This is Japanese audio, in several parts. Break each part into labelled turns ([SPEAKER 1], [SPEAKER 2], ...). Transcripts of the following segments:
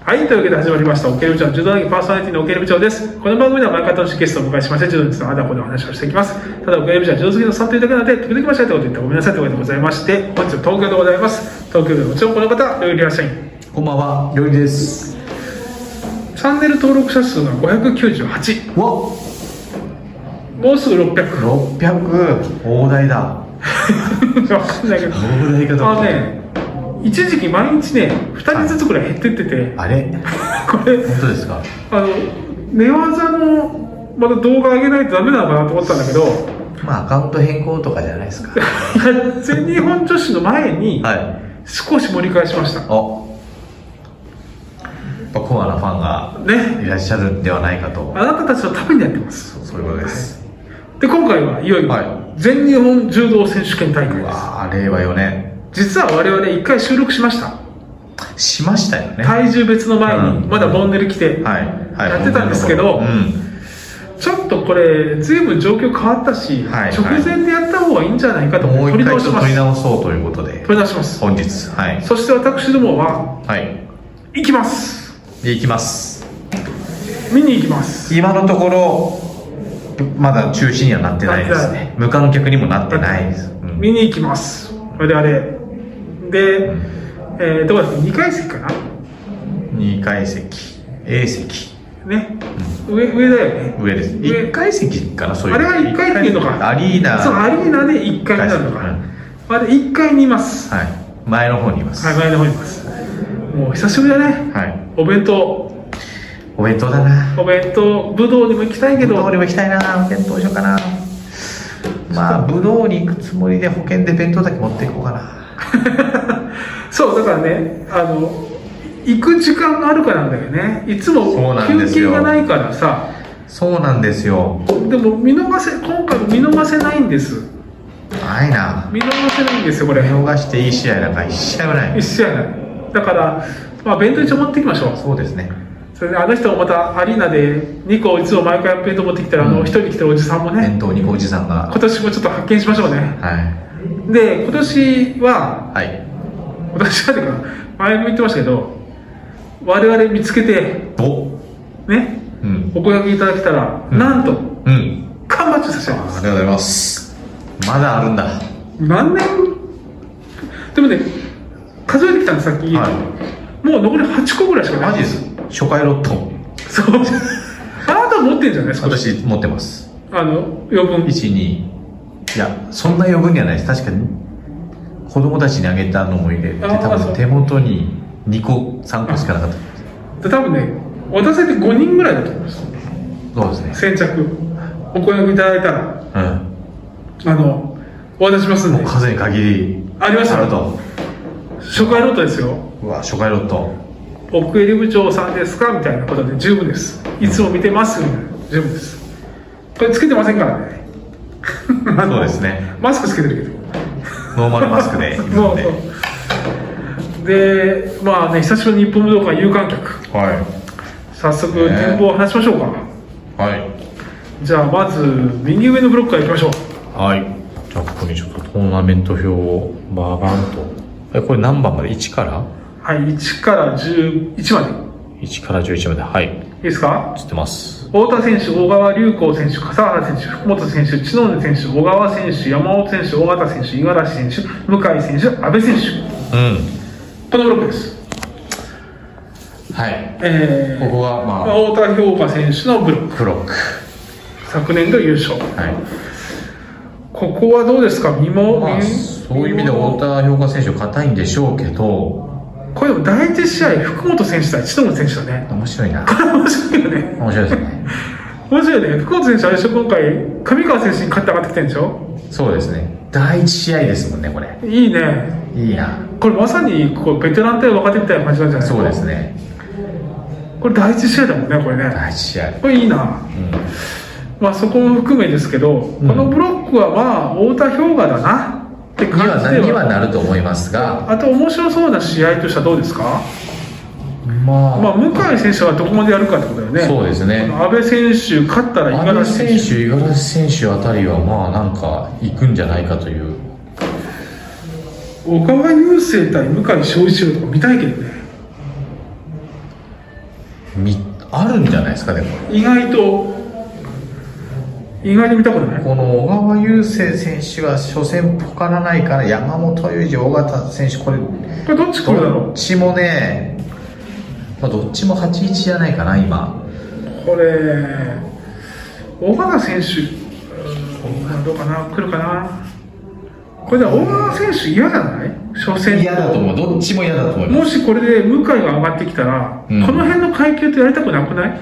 [SPEAKER 1] はい、というわけで始まりました、オケル部長の柔道談義パーソナリティのオケル部長です。この番組では毎回楽しいゲストをお迎えしまして、柔道についてのあだこの話をしていきます。ただ、オケル部長は柔道好きのさんというだけなので、時々間違ったこと言ってごめんなさいということでございまして、本日は東京でございます。東京でもちろんこの方、料理屋社員。
[SPEAKER 2] こんばんは、料理です。
[SPEAKER 1] チャンネル登録者数が598。
[SPEAKER 2] うわ、
[SPEAKER 1] もうすぐ600。
[SPEAKER 2] 六百大台だ。
[SPEAKER 1] わかんないけど。
[SPEAKER 2] 大台かと
[SPEAKER 1] あの
[SPEAKER 2] 思った。
[SPEAKER 1] ね、一時期毎日ね、2人ずつくらい減ってってて、
[SPEAKER 2] あれ、
[SPEAKER 1] これ、
[SPEAKER 2] 本当ですか。
[SPEAKER 1] あの、寝技の、また動画上げないとダメなのかなと思ったんだけど、
[SPEAKER 2] まあ、アカウント変更とかじゃないですか。
[SPEAKER 1] 全日本女子の前に
[SPEAKER 2] はい。
[SPEAKER 1] 少し盛り返しました
[SPEAKER 2] お。やっぱコアなファンが
[SPEAKER 1] ね
[SPEAKER 2] いらっしゃるんではないかと。
[SPEAKER 1] あなたたちのためにやってます
[SPEAKER 2] そう、そういうことです。
[SPEAKER 1] で今回はいよいよ
[SPEAKER 2] は
[SPEAKER 1] 全日本柔道選手権大会
[SPEAKER 2] う
[SPEAKER 1] です
[SPEAKER 2] わあ、令和四年。
[SPEAKER 1] 実は我々一回収録しました
[SPEAKER 2] しましたよね。
[SPEAKER 1] 体重別の前に
[SPEAKER 2] うん
[SPEAKER 1] まだボンネル来て
[SPEAKER 2] はい。はい。
[SPEAKER 1] やってたんですけど
[SPEAKER 2] うん。
[SPEAKER 1] ちょっとこれ随分状況変わったし
[SPEAKER 2] はい
[SPEAKER 1] 直前でやった方がいいんじゃないかと
[SPEAKER 2] も
[SPEAKER 1] 思
[SPEAKER 2] う
[SPEAKER 1] って取
[SPEAKER 2] 一
[SPEAKER 1] り直し
[SPEAKER 2] 回ちょっと
[SPEAKER 1] ま
[SPEAKER 2] 取り
[SPEAKER 1] す
[SPEAKER 2] 直そうということで。
[SPEAKER 1] 取り直します
[SPEAKER 2] 本日、はい。
[SPEAKER 1] そして私どもは
[SPEAKER 2] はい。
[SPEAKER 1] 行きます
[SPEAKER 2] で、いきます。
[SPEAKER 1] 見に行きます
[SPEAKER 2] 今のところまだ中止にはなってないですね無観客にもなってないです、うん
[SPEAKER 1] 見に行きます我々で、えー、どこだっけ2階席かな
[SPEAKER 2] 2階席 A 席
[SPEAKER 1] ね、上上だよね
[SPEAKER 2] 上です
[SPEAKER 1] 上
[SPEAKER 2] 1階席かなそういう
[SPEAKER 1] あれは1階っていうのか
[SPEAKER 2] アリーナ
[SPEAKER 1] そうアリーナで1階になるのか
[SPEAKER 2] う
[SPEAKER 1] なんあれ1階にいます
[SPEAKER 2] はい前の方にいます
[SPEAKER 1] はい前の方にいますもう久しぶりだね
[SPEAKER 2] はい
[SPEAKER 1] お弁当
[SPEAKER 2] お弁当だな
[SPEAKER 1] お弁当武道にも行きたいけ
[SPEAKER 2] 武道
[SPEAKER 1] ど
[SPEAKER 2] にも行きたいなお弁当しようかなまあ武道に行くつもりで保険で弁当だけ持っていこうかな
[SPEAKER 1] そうだからねあの行く時間があるからなんだよねいつ
[SPEAKER 2] そう
[SPEAKER 1] も
[SPEAKER 2] なんで
[SPEAKER 1] 休
[SPEAKER 2] す
[SPEAKER 1] 憩
[SPEAKER 2] よ
[SPEAKER 1] がないからさ
[SPEAKER 2] そうなんですよ
[SPEAKER 1] でも見逃せ今回も見逃せないんです
[SPEAKER 2] ないな
[SPEAKER 1] 見逃せないんですよこれ
[SPEAKER 2] 見逃していい試合なんか一試合もない
[SPEAKER 1] 一試合ないだから、まあ、弁当一応持ってきましょう
[SPEAKER 2] そうですね
[SPEAKER 1] それであの人もまたアリーナで2個いつも毎回弁当持ってきたら、あ
[SPEAKER 2] う
[SPEAKER 1] の
[SPEAKER 2] ん
[SPEAKER 1] 一人で来てるおじさんもね
[SPEAKER 2] 弁当におじさんが
[SPEAKER 1] 今年もちょっと発見しましょうね
[SPEAKER 2] は。
[SPEAKER 1] で今年はい
[SPEAKER 2] はい。
[SPEAKER 1] 今年はというか前も言ってましたけど我々見つけて
[SPEAKER 2] お
[SPEAKER 1] ね
[SPEAKER 2] うん。
[SPEAKER 1] お声掛けいただけたら、
[SPEAKER 2] うん
[SPEAKER 1] なんと
[SPEAKER 2] うん。
[SPEAKER 1] 缶バッジ差し上げ
[SPEAKER 2] あ
[SPEAKER 1] ま
[SPEAKER 2] りが
[SPEAKER 1] す
[SPEAKER 2] とうございます。まだあるんだ。は
[SPEAKER 1] 何年でもね数えてきたんですさっき、もう残り8個ぐらいしかない
[SPEAKER 2] マジです。初回ロット。
[SPEAKER 1] そうあなた持ってんじゃないですか
[SPEAKER 2] 私持ってます。
[SPEAKER 1] あの余分
[SPEAKER 2] 1、2。いや、そんな余分にはないです。確かに、子供たちにあげたのも入れて、
[SPEAKER 1] あー
[SPEAKER 2] 多
[SPEAKER 1] そう
[SPEAKER 2] 分手元に2個、3個しかなかった。
[SPEAKER 1] で多分ね渡せて5人ぐらいだと思います
[SPEAKER 2] そうです
[SPEAKER 1] 先
[SPEAKER 2] ね。
[SPEAKER 1] 着お声掛けいただいたら
[SPEAKER 2] うん。
[SPEAKER 1] あのお渡ししますん
[SPEAKER 2] もう
[SPEAKER 1] で
[SPEAKER 2] 数に限り、
[SPEAKER 1] ありました
[SPEAKER 2] あると。
[SPEAKER 1] 初回ロットですよ
[SPEAKER 2] うわ、初回ロット。
[SPEAKER 1] 奥襟部長さんですかみたいなことで十分ですいつも見てますみたいな十分ですこれつけてませんから ねあの
[SPEAKER 2] そうですね。
[SPEAKER 1] マスクつけてるけど
[SPEAKER 2] ノーマルマスクで、今
[SPEAKER 1] も
[SPEAKER 2] ま
[SPEAKER 1] う
[SPEAKER 2] で。
[SPEAKER 1] そうでまあね久しぶりに日本武道館有観客
[SPEAKER 2] は
[SPEAKER 1] 早速展望を話しましょうか、
[SPEAKER 2] い。はい。
[SPEAKER 1] じゃあまず右上のブロックからいきましょう
[SPEAKER 2] はい。じゃあ、ここにちょっとトーナメント表をババンと。え、これ何番まで ?1 から
[SPEAKER 1] はい1から11まで
[SPEAKER 2] ?1 から11まで。はい。
[SPEAKER 1] いいですか
[SPEAKER 2] つってます。
[SPEAKER 1] 太田選手、大川隆光選手、笠原選手、福本選手、知能選手、小川選手、山本選手、尾形選手、五十嵐選手、向井選手、阿部選手、
[SPEAKER 2] うん。
[SPEAKER 1] このブロックです。
[SPEAKER 2] はい。
[SPEAKER 1] え
[SPEAKER 2] こ
[SPEAKER 1] ー
[SPEAKER 2] こが、まあ、
[SPEAKER 1] 太田氷河選手のブロック、
[SPEAKER 2] ブロック。
[SPEAKER 1] 昨年度優勝。
[SPEAKER 2] はい。
[SPEAKER 1] ここはどうですか、見も、
[SPEAKER 2] まあ、
[SPEAKER 1] 見
[SPEAKER 2] そういう意味で
[SPEAKER 1] 見
[SPEAKER 2] 太
[SPEAKER 1] も
[SPEAKER 2] 田評価選手は硬いんでしょうけど、
[SPEAKER 1] これでも第1試合、福本選手対知能選手だね。
[SPEAKER 2] 面白いな。
[SPEAKER 1] これ面白いよね。
[SPEAKER 2] 面白いですね。
[SPEAKER 1] 面白いね。福本選手、あれでしょ、今回、上川選手に勝って上がってきてるんでしょ
[SPEAKER 2] そうですね。第1試合ですもんね、これ。
[SPEAKER 1] いいね。
[SPEAKER 2] いいな。
[SPEAKER 1] これまさに、こう、ベテラン対若手みたいな感じなんじゃない
[SPEAKER 2] そうですね。
[SPEAKER 1] これ第一試合だもんね、これね。
[SPEAKER 2] 第1試合。
[SPEAKER 1] これいいな。
[SPEAKER 2] うん。
[SPEAKER 1] まあそこも含めですけど、
[SPEAKER 2] ん
[SPEAKER 1] このブロックはまあ、太田氷河だなって
[SPEAKER 2] には
[SPEAKER 1] 感
[SPEAKER 2] な
[SPEAKER 1] じ
[SPEAKER 2] に
[SPEAKER 1] で
[SPEAKER 2] は
[SPEAKER 1] は。
[SPEAKER 2] なると思いますが、
[SPEAKER 1] あと面白そうな試合としてはどうですか、
[SPEAKER 2] まあ、
[SPEAKER 1] まあ、向井選手はどこまでやるかってことだよね。
[SPEAKER 2] そうですね。
[SPEAKER 1] 阿部選手、勝ったら五
[SPEAKER 2] 安
[SPEAKER 1] 十
[SPEAKER 2] 倍
[SPEAKER 1] 嵐選
[SPEAKER 2] 選
[SPEAKER 1] 手、
[SPEAKER 2] 手、五十嵐選手あたりは、まあなんか、行くんじゃないかという、
[SPEAKER 1] 小川雄星対向井翔一郎とか見たいけどね。
[SPEAKER 2] みあるんじゃないですかでも
[SPEAKER 1] 意外と意外と見たことない
[SPEAKER 2] この小川雄生選手は初戦ポカらないから山本裕二、尾形選手これ
[SPEAKER 1] これどっち来るだ
[SPEAKER 2] どっ
[SPEAKER 1] ろ
[SPEAKER 2] ちもね、まあ、どっちも8-1じゃないかな今
[SPEAKER 1] うこれ大川選手うーんどうかな来るかなこれで大川選手嫌じゃない初戦
[SPEAKER 2] 嫌だと思うどっちも嫌だと思いま
[SPEAKER 1] も
[SPEAKER 2] す
[SPEAKER 1] しこれで向井が上がってきたら、
[SPEAKER 2] うん
[SPEAKER 1] この辺の階級ってやりたくなくない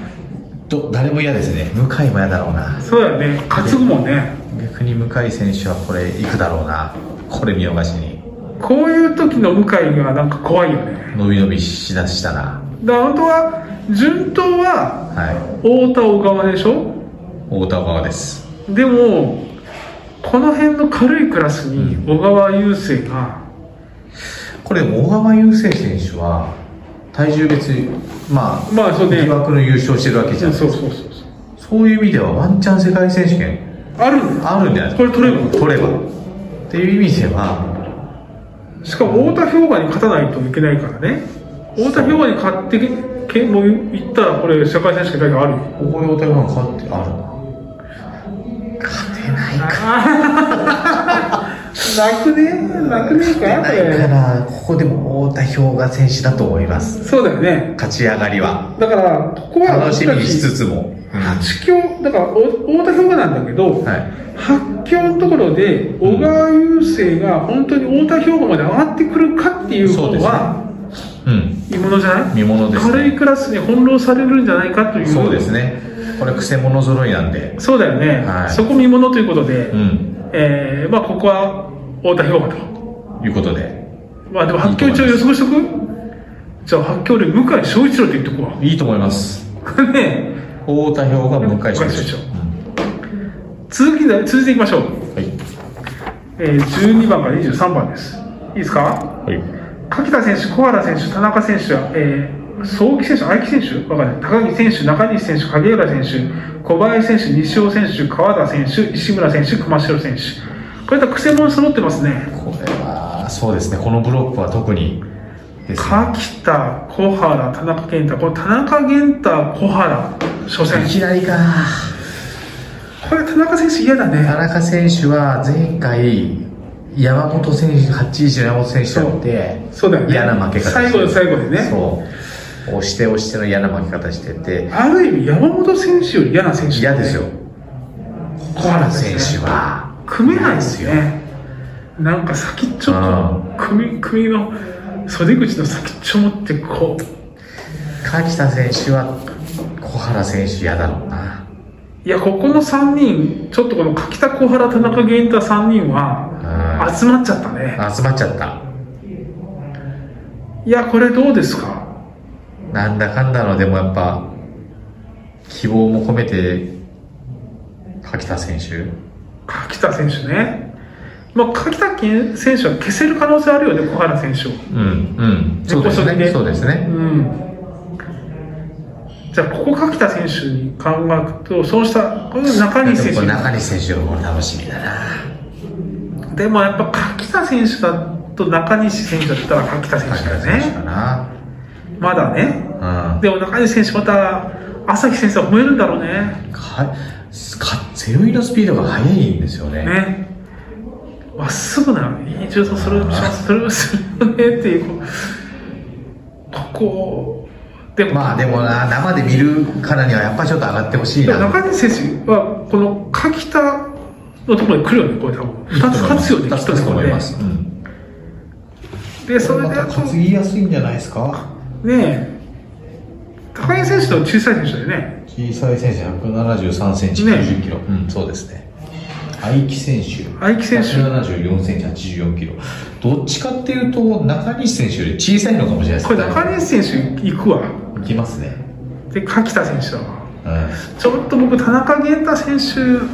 [SPEAKER 2] ど誰も嫌ですね向井も嫌だろうな
[SPEAKER 1] そうだよね担ぐもんね
[SPEAKER 2] 逆に向井選手はこれ行くだろうなこれ見逃しに
[SPEAKER 1] こういう時の向井がなんか怖いよね
[SPEAKER 2] 伸び伸びしだしたら
[SPEAKER 1] だから本当は順当は
[SPEAKER 2] はい
[SPEAKER 1] 太田小川でしょ
[SPEAKER 2] 太田川です
[SPEAKER 1] でもこの辺の軽いクラスに小川雄生が
[SPEAKER 2] これでも小川雄生選手は体重別まあ、
[SPEAKER 1] まあそうね
[SPEAKER 2] 疑惑の優勝してるわけじゃ
[SPEAKER 1] そう
[SPEAKER 2] ないです
[SPEAKER 1] そう
[SPEAKER 2] か
[SPEAKER 1] そうそう
[SPEAKER 2] そういう意味ではワンチャン世界選手権
[SPEAKER 1] あるんだよ
[SPEAKER 2] あるんじゃない
[SPEAKER 1] これ取れる
[SPEAKER 2] 取ればっていう意味では
[SPEAKER 1] しかも太田氷河に勝たないといけないからね太田氷河に勝ってけもういったらこれ社会選手権大会あるよ
[SPEAKER 2] ここでお互い勝ってあるな勝てないか
[SPEAKER 1] 楽ね楽ねえか
[SPEAKER 2] ないかなここでも太田氷河選手だと思います
[SPEAKER 1] そうだよね
[SPEAKER 2] 勝ち上がりは
[SPEAKER 1] だからここは
[SPEAKER 2] 楽しみにしつつも、
[SPEAKER 1] 八強だからお太田氷河なんだけど、
[SPEAKER 2] はい
[SPEAKER 1] 発狂のところで小川雄生が本当に太田氷河まで上がってくるかっていうことは
[SPEAKER 2] うん
[SPEAKER 1] 見ものじゃない
[SPEAKER 2] 見ものですね
[SPEAKER 1] 軽いクラスに翻弄されるんじゃないかという
[SPEAKER 2] そうですねこれくせ者揃いなんで
[SPEAKER 1] そうだよね、
[SPEAKER 2] はい
[SPEAKER 1] そこ見ものということで、
[SPEAKER 2] うん
[SPEAKER 1] えーまあ、ここは太田氷河と
[SPEAKER 2] いうことで
[SPEAKER 1] まあでも発狂一応予測しとくじゃあ発狂で向井翔一郎って言っとくわ
[SPEAKER 2] いいと思います
[SPEAKER 1] ねえ
[SPEAKER 2] 太田氷河向井
[SPEAKER 1] 向井
[SPEAKER 2] 選
[SPEAKER 1] 選手
[SPEAKER 2] 手、
[SPEAKER 1] 続きだ続いていきましょう、
[SPEAKER 2] は
[SPEAKER 1] えー、12番から23番ですいいですか
[SPEAKER 2] いはい
[SPEAKER 1] 柿田選手、小原選手、田中選手、えー、総木選手、相木選手、わかんない高木選手、中西選手、影浦選手、小林選手、西尾選手、川田選手、石村選手、熊代選手、こういったくせ者揃ってますね、
[SPEAKER 2] これはそうですねこのブロックは特にですね
[SPEAKER 1] 柿田、小原、田中健太、この田中健太、小原、初
[SPEAKER 2] い
[SPEAKER 1] 戦、
[SPEAKER 2] きなりか
[SPEAKER 1] これ、田中選手、嫌だ
[SPEAKER 2] 田
[SPEAKER 1] ね、
[SPEAKER 2] 中選手は前回山本選手8位の山本選手とやって
[SPEAKER 1] そうだよね
[SPEAKER 2] 嫌な負け方
[SPEAKER 1] 最後の最後でね
[SPEAKER 2] そう押して押しての嫌な負け方してて
[SPEAKER 1] ある意味、山本選手より嫌な選手、
[SPEAKER 2] 嫌ですよ、小原選手は
[SPEAKER 1] 組めないですよね、なんか先っちょ
[SPEAKER 2] う
[SPEAKER 1] と組組の袖口の先っちょ持ってこう。
[SPEAKER 2] 柿田選手は小原選手嫌だろうない
[SPEAKER 1] や、ここの3人、ちょっとこの柿田、小原、田中源太3人は
[SPEAKER 2] う、ん
[SPEAKER 1] 集まっちゃったね。
[SPEAKER 2] 集まっちゃった
[SPEAKER 1] いや、これどうですか
[SPEAKER 2] なんだかんだのでもやっぱ希望も込めて柿田選手
[SPEAKER 1] 柿田選手ね。まあ、柿田健選手は消せる可能性あるよね、小原選手を。
[SPEAKER 2] うんうん
[SPEAKER 1] そうですね
[SPEAKER 2] そうですね
[SPEAKER 1] うん。じゃあ、ここ柿田選手に考えると、そうした、この中西選
[SPEAKER 2] でもこれ
[SPEAKER 1] 手。
[SPEAKER 2] 中西選手も楽しみだな
[SPEAKER 1] でもやっぱ柿田選手だと中西選手だったら柿田選手
[SPEAKER 2] 柿
[SPEAKER 1] だ
[SPEAKER 2] 田
[SPEAKER 1] よ
[SPEAKER 2] 選手
[SPEAKER 1] ね。
[SPEAKER 2] かな
[SPEAKER 1] まだね。
[SPEAKER 2] うん
[SPEAKER 1] でも中西選手また、朝日先生は褒めるんだろうね。
[SPEAKER 2] かか背負いのスピードが速いんですよね
[SPEAKER 1] ね。まっすぐなのに、いい中層それをします、それをするよねっていう、こうここ、でも、
[SPEAKER 2] まあでもな生で見るからにはやっぱちょっと上がってほしい
[SPEAKER 1] でも
[SPEAKER 2] な
[SPEAKER 1] 中西選手は、この柿田のところに来るよね、これ多分。二つ勝つよね、き
[SPEAKER 2] 2
[SPEAKER 1] っ
[SPEAKER 2] つ
[SPEAKER 1] と
[SPEAKER 2] 勝
[SPEAKER 1] ね
[SPEAKER 2] つと
[SPEAKER 1] こ
[SPEAKER 2] 思
[SPEAKER 1] れ
[SPEAKER 2] い
[SPEAKER 1] ね
[SPEAKER 2] ます、うん、
[SPEAKER 1] で、それで、あと
[SPEAKER 2] 担ぎやすいんじゃないですか
[SPEAKER 1] ねえ、高木選手と小さい選手だよね。
[SPEAKER 2] 小さい選手173センチ、
[SPEAKER 1] ね
[SPEAKER 2] 90キロ、うん、そうですね。愛木選手、
[SPEAKER 1] 愛木選手
[SPEAKER 2] 174センチ、84キロ。どっちかっていうと中西選手より小さいのかもしれないです
[SPEAKER 1] これ中西選手行くわ。
[SPEAKER 2] いきますね。
[SPEAKER 1] で、柿田選手だわ。
[SPEAKER 2] う
[SPEAKER 1] ちょっと僕、田中源太選手、
[SPEAKER 2] ん。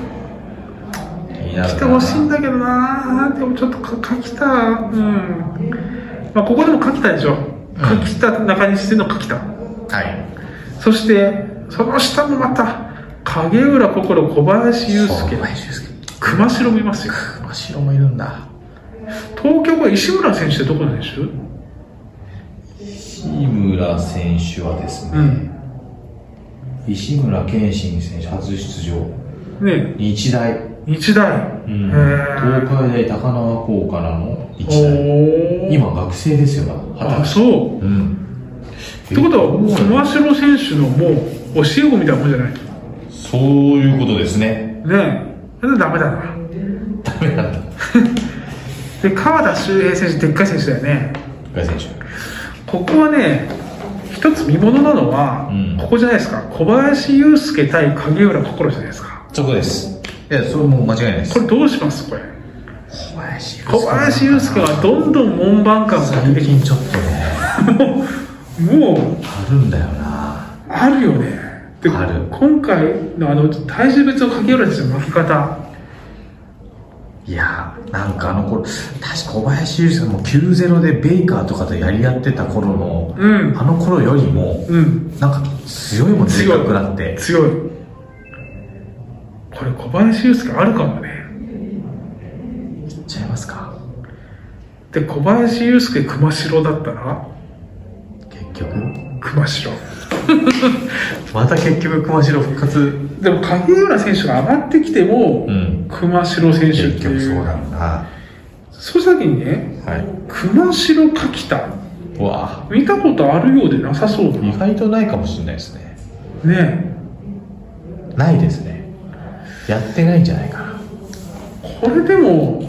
[SPEAKER 2] 気になるな
[SPEAKER 1] 来てほしいんだけどなでもちょっとか柿田うん、まあ、ここでも柿田でしょ柿田、中西での柿田
[SPEAKER 2] はい。
[SPEAKER 1] そしてその下もまた影浦心小林
[SPEAKER 2] ユ
[SPEAKER 1] 雄
[SPEAKER 2] ウスケ
[SPEAKER 1] 介。熊代もいますよ
[SPEAKER 2] 真白もいるんだ。
[SPEAKER 1] 東京は石村選手ってどこの選手
[SPEAKER 2] 木村選手はですね、
[SPEAKER 1] うん
[SPEAKER 2] 石村健信選手初出場
[SPEAKER 1] ね
[SPEAKER 2] 日大、
[SPEAKER 1] 日大。
[SPEAKER 2] うん
[SPEAKER 1] へ
[SPEAKER 2] 東
[SPEAKER 1] ー
[SPEAKER 2] 海大高輪校からの日大
[SPEAKER 1] おー。
[SPEAKER 2] 今学生ですよな
[SPEAKER 1] あ、そう。
[SPEAKER 2] うん
[SPEAKER 1] ってことは、もう、
[SPEAKER 2] そう
[SPEAKER 1] 熊代選手のもう、教え子みたいなもんじゃない。
[SPEAKER 2] そういうことですね
[SPEAKER 1] ねえ。それダメだな。
[SPEAKER 2] ダメなんだ
[SPEAKER 1] で、川田修平選手、でっかい選手だよね。
[SPEAKER 2] 高井選
[SPEAKER 1] ここはね、一つ見ものなのは、
[SPEAKER 2] うん
[SPEAKER 1] ここじゃないですか。小林祐介対影浦心じゃないですか。
[SPEAKER 2] 手そこです
[SPEAKER 3] いや、それもう間違いないで
[SPEAKER 1] こ
[SPEAKER 3] す。
[SPEAKER 1] れどうしますこれ。
[SPEAKER 3] 小林
[SPEAKER 1] 小林祐介はどんどん門番感が
[SPEAKER 2] 最
[SPEAKER 1] 出てき
[SPEAKER 2] 近ちょっとね
[SPEAKER 1] て、もう、もう、
[SPEAKER 2] あるんだよな
[SPEAKER 1] あるよね。で、
[SPEAKER 2] ある
[SPEAKER 1] 今回のあの、体重別を影浦選手の負け方。
[SPEAKER 3] いやー、なんかあの頃、確か小林優介も9-0でベイカーとかとやり合ってた頃の、
[SPEAKER 1] うん。
[SPEAKER 3] あの頃よりも、
[SPEAKER 1] うん。
[SPEAKER 3] なんか強いもん、で
[SPEAKER 1] 強い
[SPEAKER 3] かくなって。
[SPEAKER 1] 強い。これ小林祐介あるかもね。
[SPEAKER 3] いっちゃいますか。
[SPEAKER 1] で、小林祐介熊代だったら
[SPEAKER 3] 結局。
[SPEAKER 1] 熊代。
[SPEAKER 3] また結局熊代復活。
[SPEAKER 1] でも影浦選手が上がってきても、
[SPEAKER 2] うん
[SPEAKER 1] 熊代選手っていう
[SPEAKER 2] 結局そうなんだ
[SPEAKER 1] そうした時にね
[SPEAKER 2] はい
[SPEAKER 1] 熊代柿田
[SPEAKER 2] うわ
[SPEAKER 1] 見たことあるようでなさそうな
[SPEAKER 2] 意
[SPEAKER 1] ね
[SPEAKER 2] 外とないかもしれないですね
[SPEAKER 1] え
[SPEAKER 2] ないですねやってないんじゃないかな
[SPEAKER 1] これでも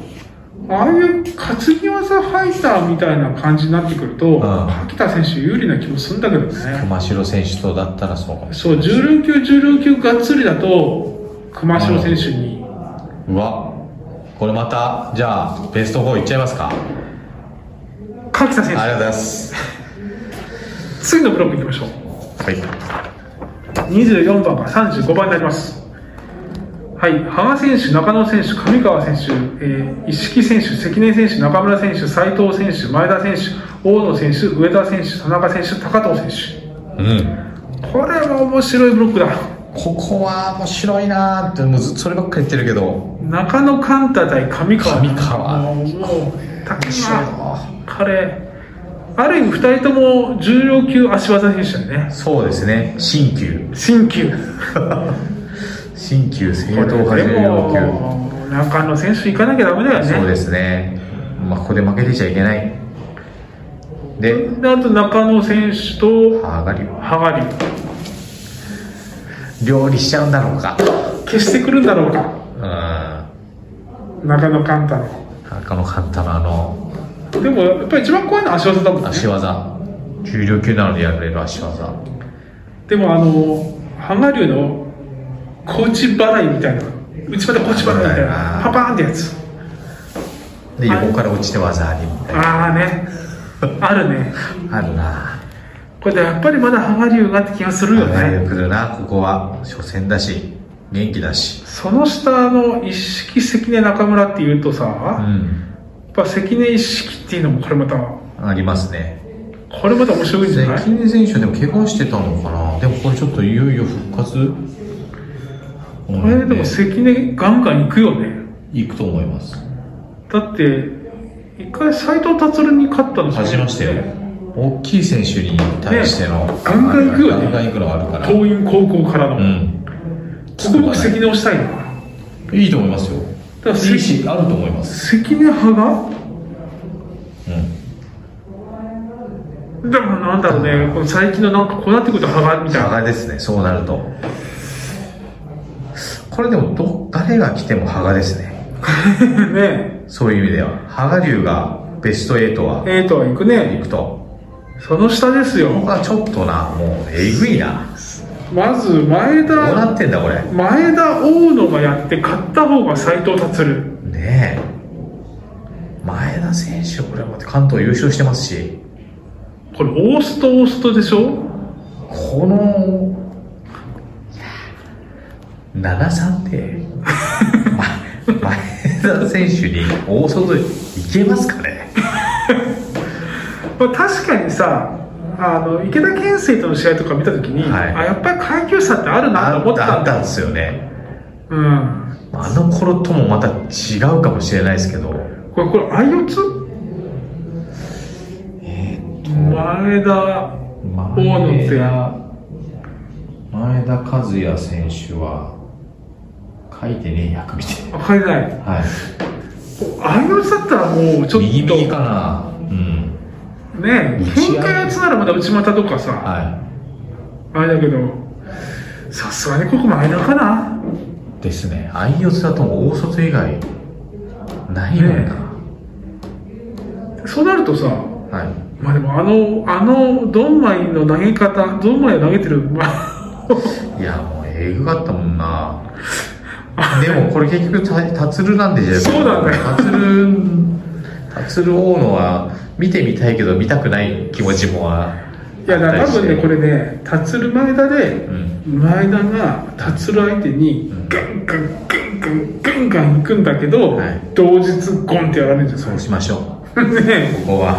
[SPEAKER 1] ああいう担ぎ技ファイターみたいな感じになってくると、
[SPEAKER 2] ん
[SPEAKER 1] 柿田選手有利な気もするんだけどね
[SPEAKER 2] 熊代選手とだったらそうかもし
[SPEAKER 1] そう重量級重量級がっつりだと熊代選手に
[SPEAKER 2] れないうわこれまたじゃあベスト4いっちゃいますかあり
[SPEAKER 1] 柿田選
[SPEAKER 2] がとうござい
[SPEAKER 1] 手
[SPEAKER 2] ます
[SPEAKER 1] 次のブロックいきましょう
[SPEAKER 2] はい
[SPEAKER 1] 24番から35番になります。はい、羽賀選手、中野選手、上川選手、えー、一色選手、関根選手、中村選手、斉藤選手、前田選手、大野選手、上田選手、田中選手、高藤選
[SPEAKER 2] うん
[SPEAKER 1] 手。これは面白いブロックだ。
[SPEAKER 2] ここは面白いなーってもうずっとそればっかり言ってるけど
[SPEAKER 1] 中野寛太対上川。
[SPEAKER 2] 上川
[SPEAKER 1] もう、もう、高
[SPEAKER 2] 面白い
[SPEAKER 1] いな。
[SPEAKER 2] な
[SPEAKER 1] 彼、ある意味二人とも重量級足技選手だよね。
[SPEAKER 2] そうですね新旧
[SPEAKER 1] 新旧。
[SPEAKER 2] 新旧正
[SPEAKER 1] これ
[SPEAKER 2] 統派重
[SPEAKER 1] で
[SPEAKER 2] 量級
[SPEAKER 1] も、中野選手行かなきゃダメだよね。
[SPEAKER 2] そうですね、まあ、ここで負けてちゃいけないで
[SPEAKER 1] であと中野選手と
[SPEAKER 2] 上がりを
[SPEAKER 1] ハガリ
[SPEAKER 2] 料理しちゃうんだろうか
[SPEAKER 1] 消してくるんだろうか
[SPEAKER 2] うん
[SPEAKER 1] 中野寛太の
[SPEAKER 2] 赤の簡単なあの
[SPEAKER 1] でもやっぱり一番怖いのは足技だもんね
[SPEAKER 2] 足技重量級なのでやれる足技
[SPEAKER 1] でもあのハガリのコーチ払いみたいな内までコーチ払いみたいなパパーンってやつ
[SPEAKER 2] で横から落ちて技ありみたいな
[SPEAKER 1] ああねあるね
[SPEAKER 2] あるな
[SPEAKER 1] これでやっぱりまだハガリがって気がするよ
[SPEAKER 2] 流
[SPEAKER 1] ね
[SPEAKER 2] れくるなここは初戦だし元気だし
[SPEAKER 1] その下の一式関根中村っていうとさ、
[SPEAKER 2] う
[SPEAKER 1] や
[SPEAKER 2] ん
[SPEAKER 1] っぱ関根一式っていうのもこれまた
[SPEAKER 2] ありますね
[SPEAKER 1] これまた面白いんじゃない
[SPEAKER 2] 関根選手でも怪我してたのかなでもこれちょっといよいよ復活
[SPEAKER 1] これでも関根ガンガン行くよね
[SPEAKER 2] いくと思います
[SPEAKER 1] だって一回斎藤達に勝ったの
[SPEAKER 2] 勝ちましたよ大きい選手に対しての、
[SPEAKER 1] ガンガン行くよね
[SPEAKER 2] ガンガン行くのがあるから
[SPEAKER 1] 桐蔭高校からの、
[SPEAKER 2] うん
[SPEAKER 1] ここ僕関根をしたいない
[SPEAKER 2] いと思いますよ
[SPEAKER 1] だから
[SPEAKER 2] いいしあると思います
[SPEAKER 1] 関根派が
[SPEAKER 2] うん
[SPEAKER 1] だからなんだろうねこの最近のなんかこうなってくると派がみたい
[SPEAKER 2] 羽
[SPEAKER 1] な
[SPEAKER 2] 賀ですねそうなるとこれでもど誰が来ても羽賀ですね
[SPEAKER 1] ね
[SPEAKER 2] そういう意味では羽賀龍がベスト8は
[SPEAKER 1] ええとは行く
[SPEAKER 2] 行
[SPEAKER 1] ね
[SPEAKER 2] くと
[SPEAKER 1] その下です
[SPEAKER 2] ここ
[SPEAKER 1] よ
[SPEAKER 2] がちょっとなもうえぐいな
[SPEAKER 1] まず前
[SPEAKER 2] どうな
[SPEAKER 1] 田
[SPEAKER 2] ってんだこれ
[SPEAKER 1] 前田大野がやって勝った方が斎藤達
[SPEAKER 2] ねえ前田選手これまで関東優勝してますし
[SPEAKER 1] これオーストオーストでしょ
[SPEAKER 2] このいや73ってま前田選手に大外いけますかね
[SPEAKER 1] まあ、確かにさあの池田健生との試合とか見たときに、
[SPEAKER 2] はい
[SPEAKER 1] あやっぱり階級差ってあるなと思った
[SPEAKER 2] あ
[SPEAKER 1] ん
[SPEAKER 2] った
[SPEAKER 1] だ
[SPEAKER 2] んですよね
[SPEAKER 1] うん
[SPEAKER 2] あの頃ともまた違うかもしれないですけど
[SPEAKER 1] これこれ相四つ前田大野って
[SPEAKER 2] 前田前田和也選手は、書いてねえや、組で。
[SPEAKER 1] あ入れない。
[SPEAKER 2] はい。
[SPEAKER 1] 相打ちだったらもう、ちょっと、
[SPEAKER 2] 右右か
[SPEAKER 1] ね
[SPEAKER 2] な。うん。
[SPEAKER 1] え、喧嘩やつならまだ内股とかさ、
[SPEAKER 2] は
[SPEAKER 1] あれだけど、さすがにここマイナーかな。
[SPEAKER 2] い。ですね。相四つだともう大卒以外、ないもんな。
[SPEAKER 1] そうなるとさ、
[SPEAKER 2] はい。
[SPEAKER 1] まあでもあの、あの、ドンマイの投げ方、ドンマイを投げてる、 まあ、
[SPEAKER 2] いや、もうえぐかったもんな。でもこれ結局た、タツルなんでじゃない
[SPEAKER 1] そうなんだよ
[SPEAKER 2] タツル、タツル大野は見てみたいけど見たくない気持ちもあ
[SPEAKER 1] いやだから
[SPEAKER 2] あった
[SPEAKER 1] 多
[SPEAKER 2] りして
[SPEAKER 1] 分ねこれね達る前田で
[SPEAKER 2] うん。
[SPEAKER 1] 前田が達る相手に
[SPEAKER 2] ん
[SPEAKER 1] ガンガンガンガンガンガン行くんだけど、
[SPEAKER 2] はい
[SPEAKER 1] 同日ゴンってやられるんじゃんそ
[SPEAKER 2] そうしましょう。
[SPEAKER 1] れ ね
[SPEAKER 2] ここは。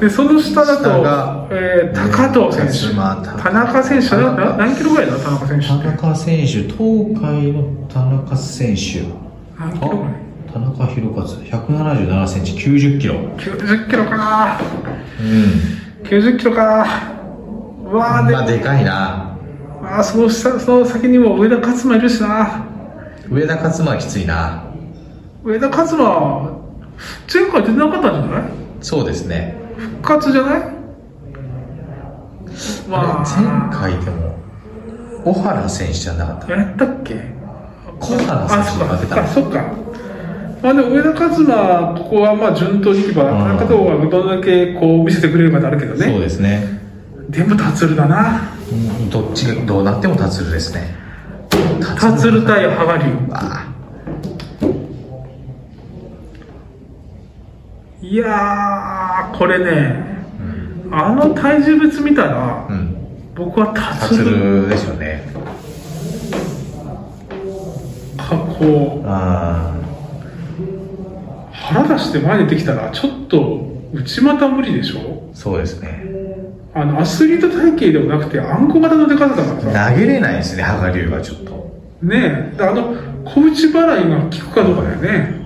[SPEAKER 1] でその下だと
[SPEAKER 2] 下が
[SPEAKER 1] えー高藤選手、
[SPEAKER 2] まあ
[SPEAKER 1] 田中選手な
[SPEAKER 2] 田中
[SPEAKER 1] な何キロぐらいだ田中選手
[SPEAKER 2] 田
[SPEAKER 1] って
[SPEAKER 2] 中選手、東海の田中選手。
[SPEAKER 1] 何キロぐらい
[SPEAKER 2] あ田中宏和、177センチ、90キロ。うん。
[SPEAKER 1] 90キロか90キロかうわあで,、
[SPEAKER 2] まあ、でかいな。
[SPEAKER 1] あーその下その先にも上田勝馬いるしな
[SPEAKER 2] 上田勝馬はきついな。
[SPEAKER 1] 上田勝馬前回出てなかったんじゃない
[SPEAKER 2] そうですね。
[SPEAKER 1] 復活じゃないまあ、
[SPEAKER 2] あれ前回でも小原選手じゃなかった
[SPEAKER 1] やったっけ
[SPEAKER 2] 小原
[SPEAKER 1] あ、
[SPEAKER 2] 選
[SPEAKER 1] そ
[SPEAKER 2] 手
[SPEAKER 1] っ
[SPEAKER 2] が
[SPEAKER 1] か、そった
[SPEAKER 2] 出
[SPEAKER 1] か、そっか。まあでも上田和馬、ここはまあ順当にいけば、
[SPEAKER 2] うん
[SPEAKER 1] 中藤はどんだけこう見せてくれるかであるけど
[SPEAKER 2] そう
[SPEAKER 1] ね。
[SPEAKER 2] ですね
[SPEAKER 1] でも達るだな。
[SPEAKER 2] うんどっちがどうなっても達るですね
[SPEAKER 1] 達る対羽賀
[SPEAKER 2] あ
[SPEAKER 1] 龍。いやー、これね、あの体重別見たら
[SPEAKER 2] あ、うん
[SPEAKER 1] 僕は達
[SPEAKER 2] 達
[SPEAKER 1] る
[SPEAKER 2] るですよね
[SPEAKER 1] か、こう、
[SPEAKER 2] あ
[SPEAKER 1] 腹出して前に出てきたら、ちょっと内股無理でしょ
[SPEAKER 2] あそうですね
[SPEAKER 1] あの、アスリート体型でもなくて、あんこ型の出方だから
[SPEAKER 2] 投
[SPEAKER 1] さ。
[SPEAKER 2] げれないですね羽賀龍がちょっと
[SPEAKER 1] ねえ。であの、小内払いが効くかどうかだよね。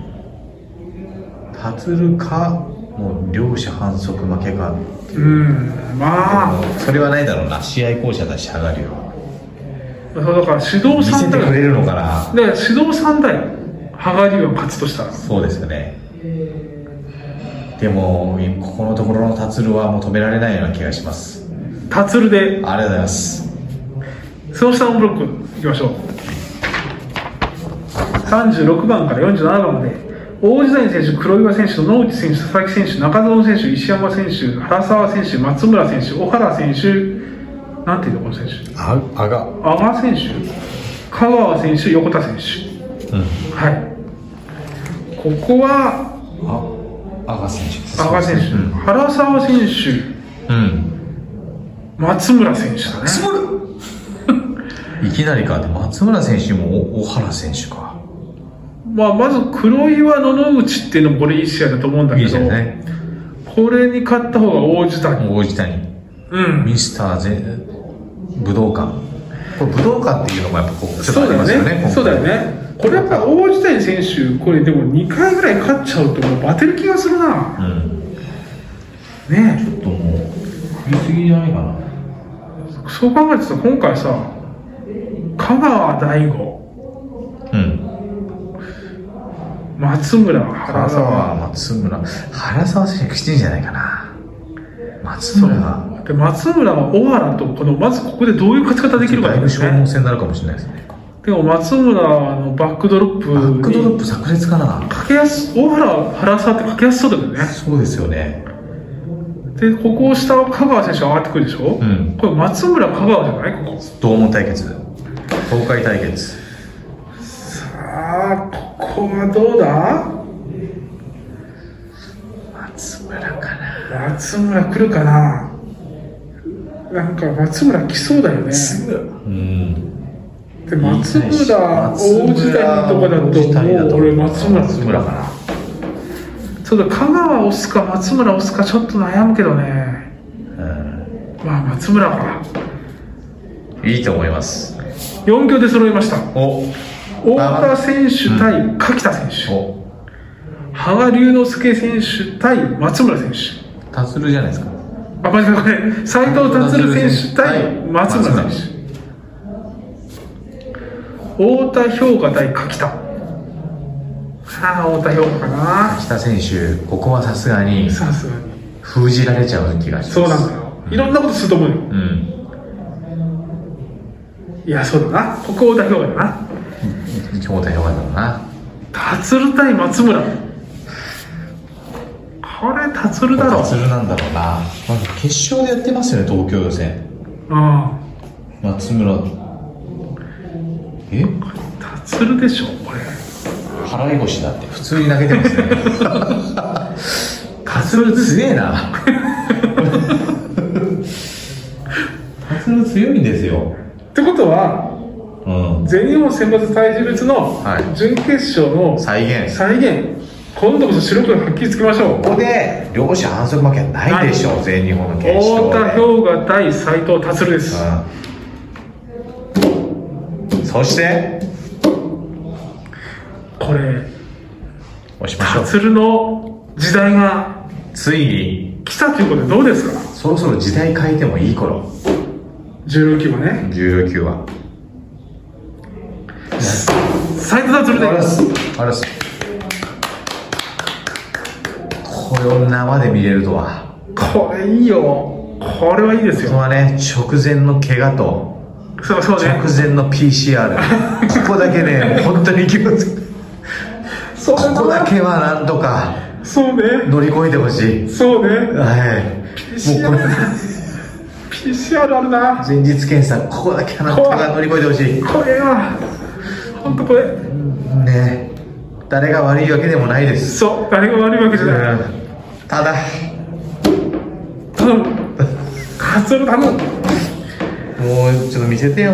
[SPEAKER 2] 達るかもう両者反則負けか
[SPEAKER 1] うん。まあ、
[SPEAKER 2] それはないだろうな試合巧者だし羽賀龍は
[SPEAKER 1] そうだから指
[SPEAKER 2] 見
[SPEAKER 1] 導さ
[SPEAKER 2] せ
[SPEAKER 1] ん
[SPEAKER 2] て
[SPEAKER 1] だよ。
[SPEAKER 2] くれ
[SPEAKER 1] だ
[SPEAKER 2] るのかな
[SPEAKER 1] から指導さんだよ。羽賀龍は勝つとしたら。
[SPEAKER 2] そうですよね。でも、ここのところの達郎はもう止められないような気がします。
[SPEAKER 1] 達るで、
[SPEAKER 2] ありがとうございます。
[SPEAKER 1] その下のブロック、いきましょう。36番から47番で、大地谷選手、黒岩選手、野内選手、佐々木選手、中園選手、石山選手、原沢選手、松村選手、小原選手、なんていうの、この選手。
[SPEAKER 2] あ、あが。
[SPEAKER 1] 阿賀選手、香川選手、横田選手、
[SPEAKER 2] うん。
[SPEAKER 1] はい、ここは
[SPEAKER 2] あ、あが選手です。
[SPEAKER 1] 阿賀選手、
[SPEAKER 2] うん。
[SPEAKER 1] 原沢選手、
[SPEAKER 2] うん。
[SPEAKER 1] 松村選手だね、
[SPEAKER 2] すご いいきなりか。でも松村選手もお小原選手か。
[SPEAKER 1] まあ、まず黒岩、野々内っていうのもこれ、いい試合だと思うんだ
[SPEAKER 2] い
[SPEAKER 1] け
[SPEAKER 2] いじ
[SPEAKER 1] ど、
[SPEAKER 2] ゃない。
[SPEAKER 1] これに勝った方が大地谷、
[SPEAKER 2] 大地谷。
[SPEAKER 1] うん、
[SPEAKER 2] ミスターぜ武道館。これ武道館っていうのもやっぱこう、ちょっと
[SPEAKER 1] そ
[SPEAKER 2] あ
[SPEAKER 1] う
[SPEAKER 2] り
[SPEAKER 1] だよ
[SPEAKER 2] ますよね。
[SPEAKER 1] ね、そうだよね、これやっぱ大地谷選手、これ、でも2回ぐらい勝っちゃうと、もうバテる気がするな、
[SPEAKER 2] 今回。うん。
[SPEAKER 1] ね
[SPEAKER 2] ちょっともう、食いすぎじゃないかな。
[SPEAKER 1] え、そう考えてたら、今回さ、香川大悟。
[SPEAKER 2] うん。
[SPEAKER 1] 松村
[SPEAKER 2] 原
[SPEAKER 1] 原沢
[SPEAKER 2] 沢、松村、原沢選手きついんじゃないかな。松村が、
[SPEAKER 1] で松村は小原とこのまずここでどういう勝ち方できるか
[SPEAKER 2] だ
[SPEAKER 1] だ
[SPEAKER 2] い
[SPEAKER 1] よ
[SPEAKER 2] ぶ消耗
[SPEAKER 1] ね
[SPEAKER 2] 戦になるかもしれないですね。
[SPEAKER 1] でも松村のバックドロップ
[SPEAKER 2] バックドロッ
[SPEAKER 1] プ
[SPEAKER 2] プ炸裂かな。
[SPEAKER 1] かけやす小原原沢ってかけやすそうだよね
[SPEAKER 2] そうですよね。
[SPEAKER 1] でここを下は香川選手が上がってくるでしょ、
[SPEAKER 2] うん
[SPEAKER 1] これ松村香川じゃないここ
[SPEAKER 2] 同門対決、東海対決。
[SPEAKER 1] ああここはどうだ
[SPEAKER 2] 松村かな。
[SPEAKER 1] 松村来るかななんか松村来そうだよね
[SPEAKER 2] うん。
[SPEAKER 1] で松
[SPEAKER 2] いい選手
[SPEAKER 1] 村大地谷とかだ
[SPEAKER 2] 松
[SPEAKER 1] と
[SPEAKER 2] 村
[SPEAKER 1] もう俺松村
[SPEAKER 2] 松村かな。
[SPEAKER 1] そうだ香川押すか松村押すかちょっと悩むけどね
[SPEAKER 2] うん
[SPEAKER 1] まあ松村か
[SPEAKER 2] いいと思います。
[SPEAKER 1] 4強で揃いました
[SPEAKER 2] お、
[SPEAKER 1] 太田選手対柿田選手
[SPEAKER 2] お、
[SPEAKER 1] 羽賀龍之介選手対松村選手
[SPEAKER 2] 達郎じゃないですか。
[SPEAKER 1] あ間違えたこれ斎藤達選手対松村選手太田氷河対柿田ああ太田氷河かな
[SPEAKER 2] 北選手、ここはさすがに
[SPEAKER 1] さすがに
[SPEAKER 2] 封じられちゃう気がします。
[SPEAKER 1] そうなんだよいろんなことすると思うよ
[SPEAKER 2] うん。
[SPEAKER 1] いやそうだなここ太田氷河だな
[SPEAKER 2] 京太良かったな。
[SPEAKER 1] 達郎対松村これ達郎だろ
[SPEAKER 2] ツルなんだろうな。まず決勝でやってますよね、東京予選。
[SPEAKER 1] うん
[SPEAKER 2] 松村。え
[SPEAKER 1] 達郎でしょこれ
[SPEAKER 2] 払い腰だって普通に投げてますね。 達郎強えな。達郎強いんですよ。
[SPEAKER 1] ってことは
[SPEAKER 2] うん。
[SPEAKER 1] 全日本選抜体重別の
[SPEAKER 2] はい
[SPEAKER 1] 準決勝の
[SPEAKER 2] 再現。
[SPEAKER 1] 再現、今度こそ白黒はっきりつけましょう
[SPEAKER 2] ここで両者反則負けはないでしょう、全日本の決勝
[SPEAKER 1] 太
[SPEAKER 2] で
[SPEAKER 1] 田氷河対斎藤達郎です
[SPEAKER 2] うんそして
[SPEAKER 1] これ
[SPEAKER 2] 押しましょう
[SPEAKER 1] 達郎の時代が
[SPEAKER 2] ついに
[SPEAKER 1] 来たということでどうですか
[SPEAKER 2] そろそろ時代変えてもいい頃
[SPEAKER 1] 16期はね
[SPEAKER 2] 重量級は
[SPEAKER 1] 斎藤達郎で
[SPEAKER 2] あらすこれを生で見れるとは
[SPEAKER 1] これいいよこれはいいです
[SPEAKER 2] そ
[SPEAKER 1] よ
[SPEAKER 2] のね直前の怪我と
[SPEAKER 1] そうそう
[SPEAKER 2] 直
[SPEAKER 1] ね
[SPEAKER 2] 前の PCR ここだけね本当に気をつけ
[SPEAKER 1] そう
[SPEAKER 2] ここだ
[SPEAKER 1] ね
[SPEAKER 2] けはなんとか
[SPEAKER 1] そうね
[SPEAKER 2] 乗り越えてほしい
[SPEAKER 1] そうね
[SPEAKER 2] はいもうこれ
[SPEAKER 1] PCR あるな
[SPEAKER 2] 前日検査ここだけはなんとか乗り越えてほしい
[SPEAKER 1] これは本当これ
[SPEAKER 2] ねえ誰が悪いわけでもないです
[SPEAKER 1] そう誰が悪いわけじゃない
[SPEAKER 2] ただ
[SPEAKER 1] 頼むカツオ頼む
[SPEAKER 2] もうちょっと見せてよ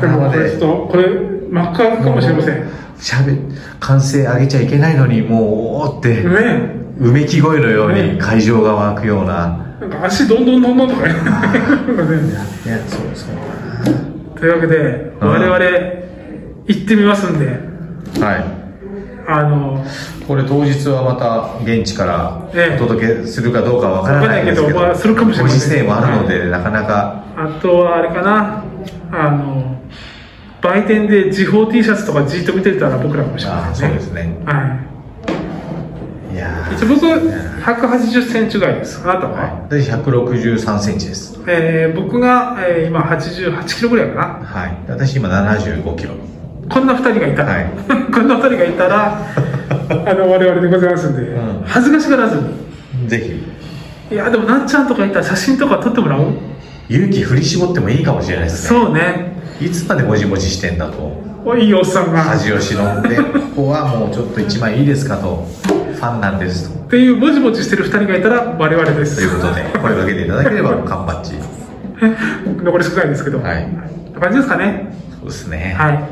[SPEAKER 1] でも
[SPEAKER 2] 今ま
[SPEAKER 1] これちょっ
[SPEAKER 2] で
[SPEAKER 1] とこれ真っ赤かもしれませんね
[SPEAKER 2] しゃべ歓声上げちゃいけないのにもうおーって
[SPEAKER 1] え
[SPEAKER 2] うめき声のよう
[SPEAKER 1] ね
[SPEAKER 2] に会場が湧くような
[SPEAKER 1] なんか足どんどんどんどんとかねなんかね
[SPEAKER 2] いやそうそう
[SPEAKER 1] というわけで
[SPEAKER 2] うん
[SPEAKER 1] 我々行ってみますんで
[SPEAKER 2] はい
[SPEAKER 1] あの
[SPEAKER 2] これ当日はまた現地から
[SPEAKER 1] ええ
[SPEAKER 2] お届けするかどうかわからないですけど
[SPEAKER 1] わからないけどまあするかもしれま
[SPEAKER 2] ご
[SPEAKER 1] せん
[SPEAKER 2] 時世もあるのでなかなか
[SPEAKER 1] あとはあれかなあの売店で時報 T シャツとかじーっと見てたら僕らかもしれ
[SPEAKER 2] あ
[SPEAKER 1] ま
[SPEAKER 2] あ
[SPEAKER 1] せ
[SPEAKER 2] そうん
[SPEAKER 1] ね
[SPEAKER 2] ですね
[SPEAKER 1] はい
[SPEAKER 2] いや
[SPEAKER 1] 一応僕180センチぐらいですあなたは、
[SPEAKER 2] ーで163センチです
[SPEAKER 1] えー僕が、えー今88キロぐらいかな
[SPEAKER 2] はい私今75キロ
[SPEAKER 1] こんな2人がいたら、
[SPEAKER 2] はい
[SPEAKER 1] こんな2人がいた らあの我々でございますんで、
[SPEAKER 2] うん
[SPEAKER 1] 恥ずかしがらずに
[SPEAKER 2] ぜひ
[SPEAKER 1] いやでもなっちゃんとかいたら写真とか撮ってもらおう
[SPEAKER 2] 勇気振り絞ってもいいかもしれないですね
[SPEAKER 1] そうね
[SPEAKER 2] いつまでもじもじしてんだと
[SPEAKER 1] おいいいおっさんが
[SPEAKER 2] 恥を忍んでここはもうちょっと一枚いいですかとファンなんですと
[SPEAKER 1] っていうもじもじしてる2人がいたら我々です
[SPEAKER 2] ということで声をかけていただければカンパッチ
[SPEAKER 1] 残り少ないですけど
[SPEAKER 2] はい
[SPEAKER 1] こんな感じですかね
[SPEAKER 2] そうですね、
[SPEAKER 1] はい、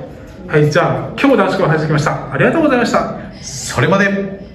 [SPEAKER 1] はい、じゃあ今日も楽しくお話できましたありがとうございました
[SPEAKER 2] それまで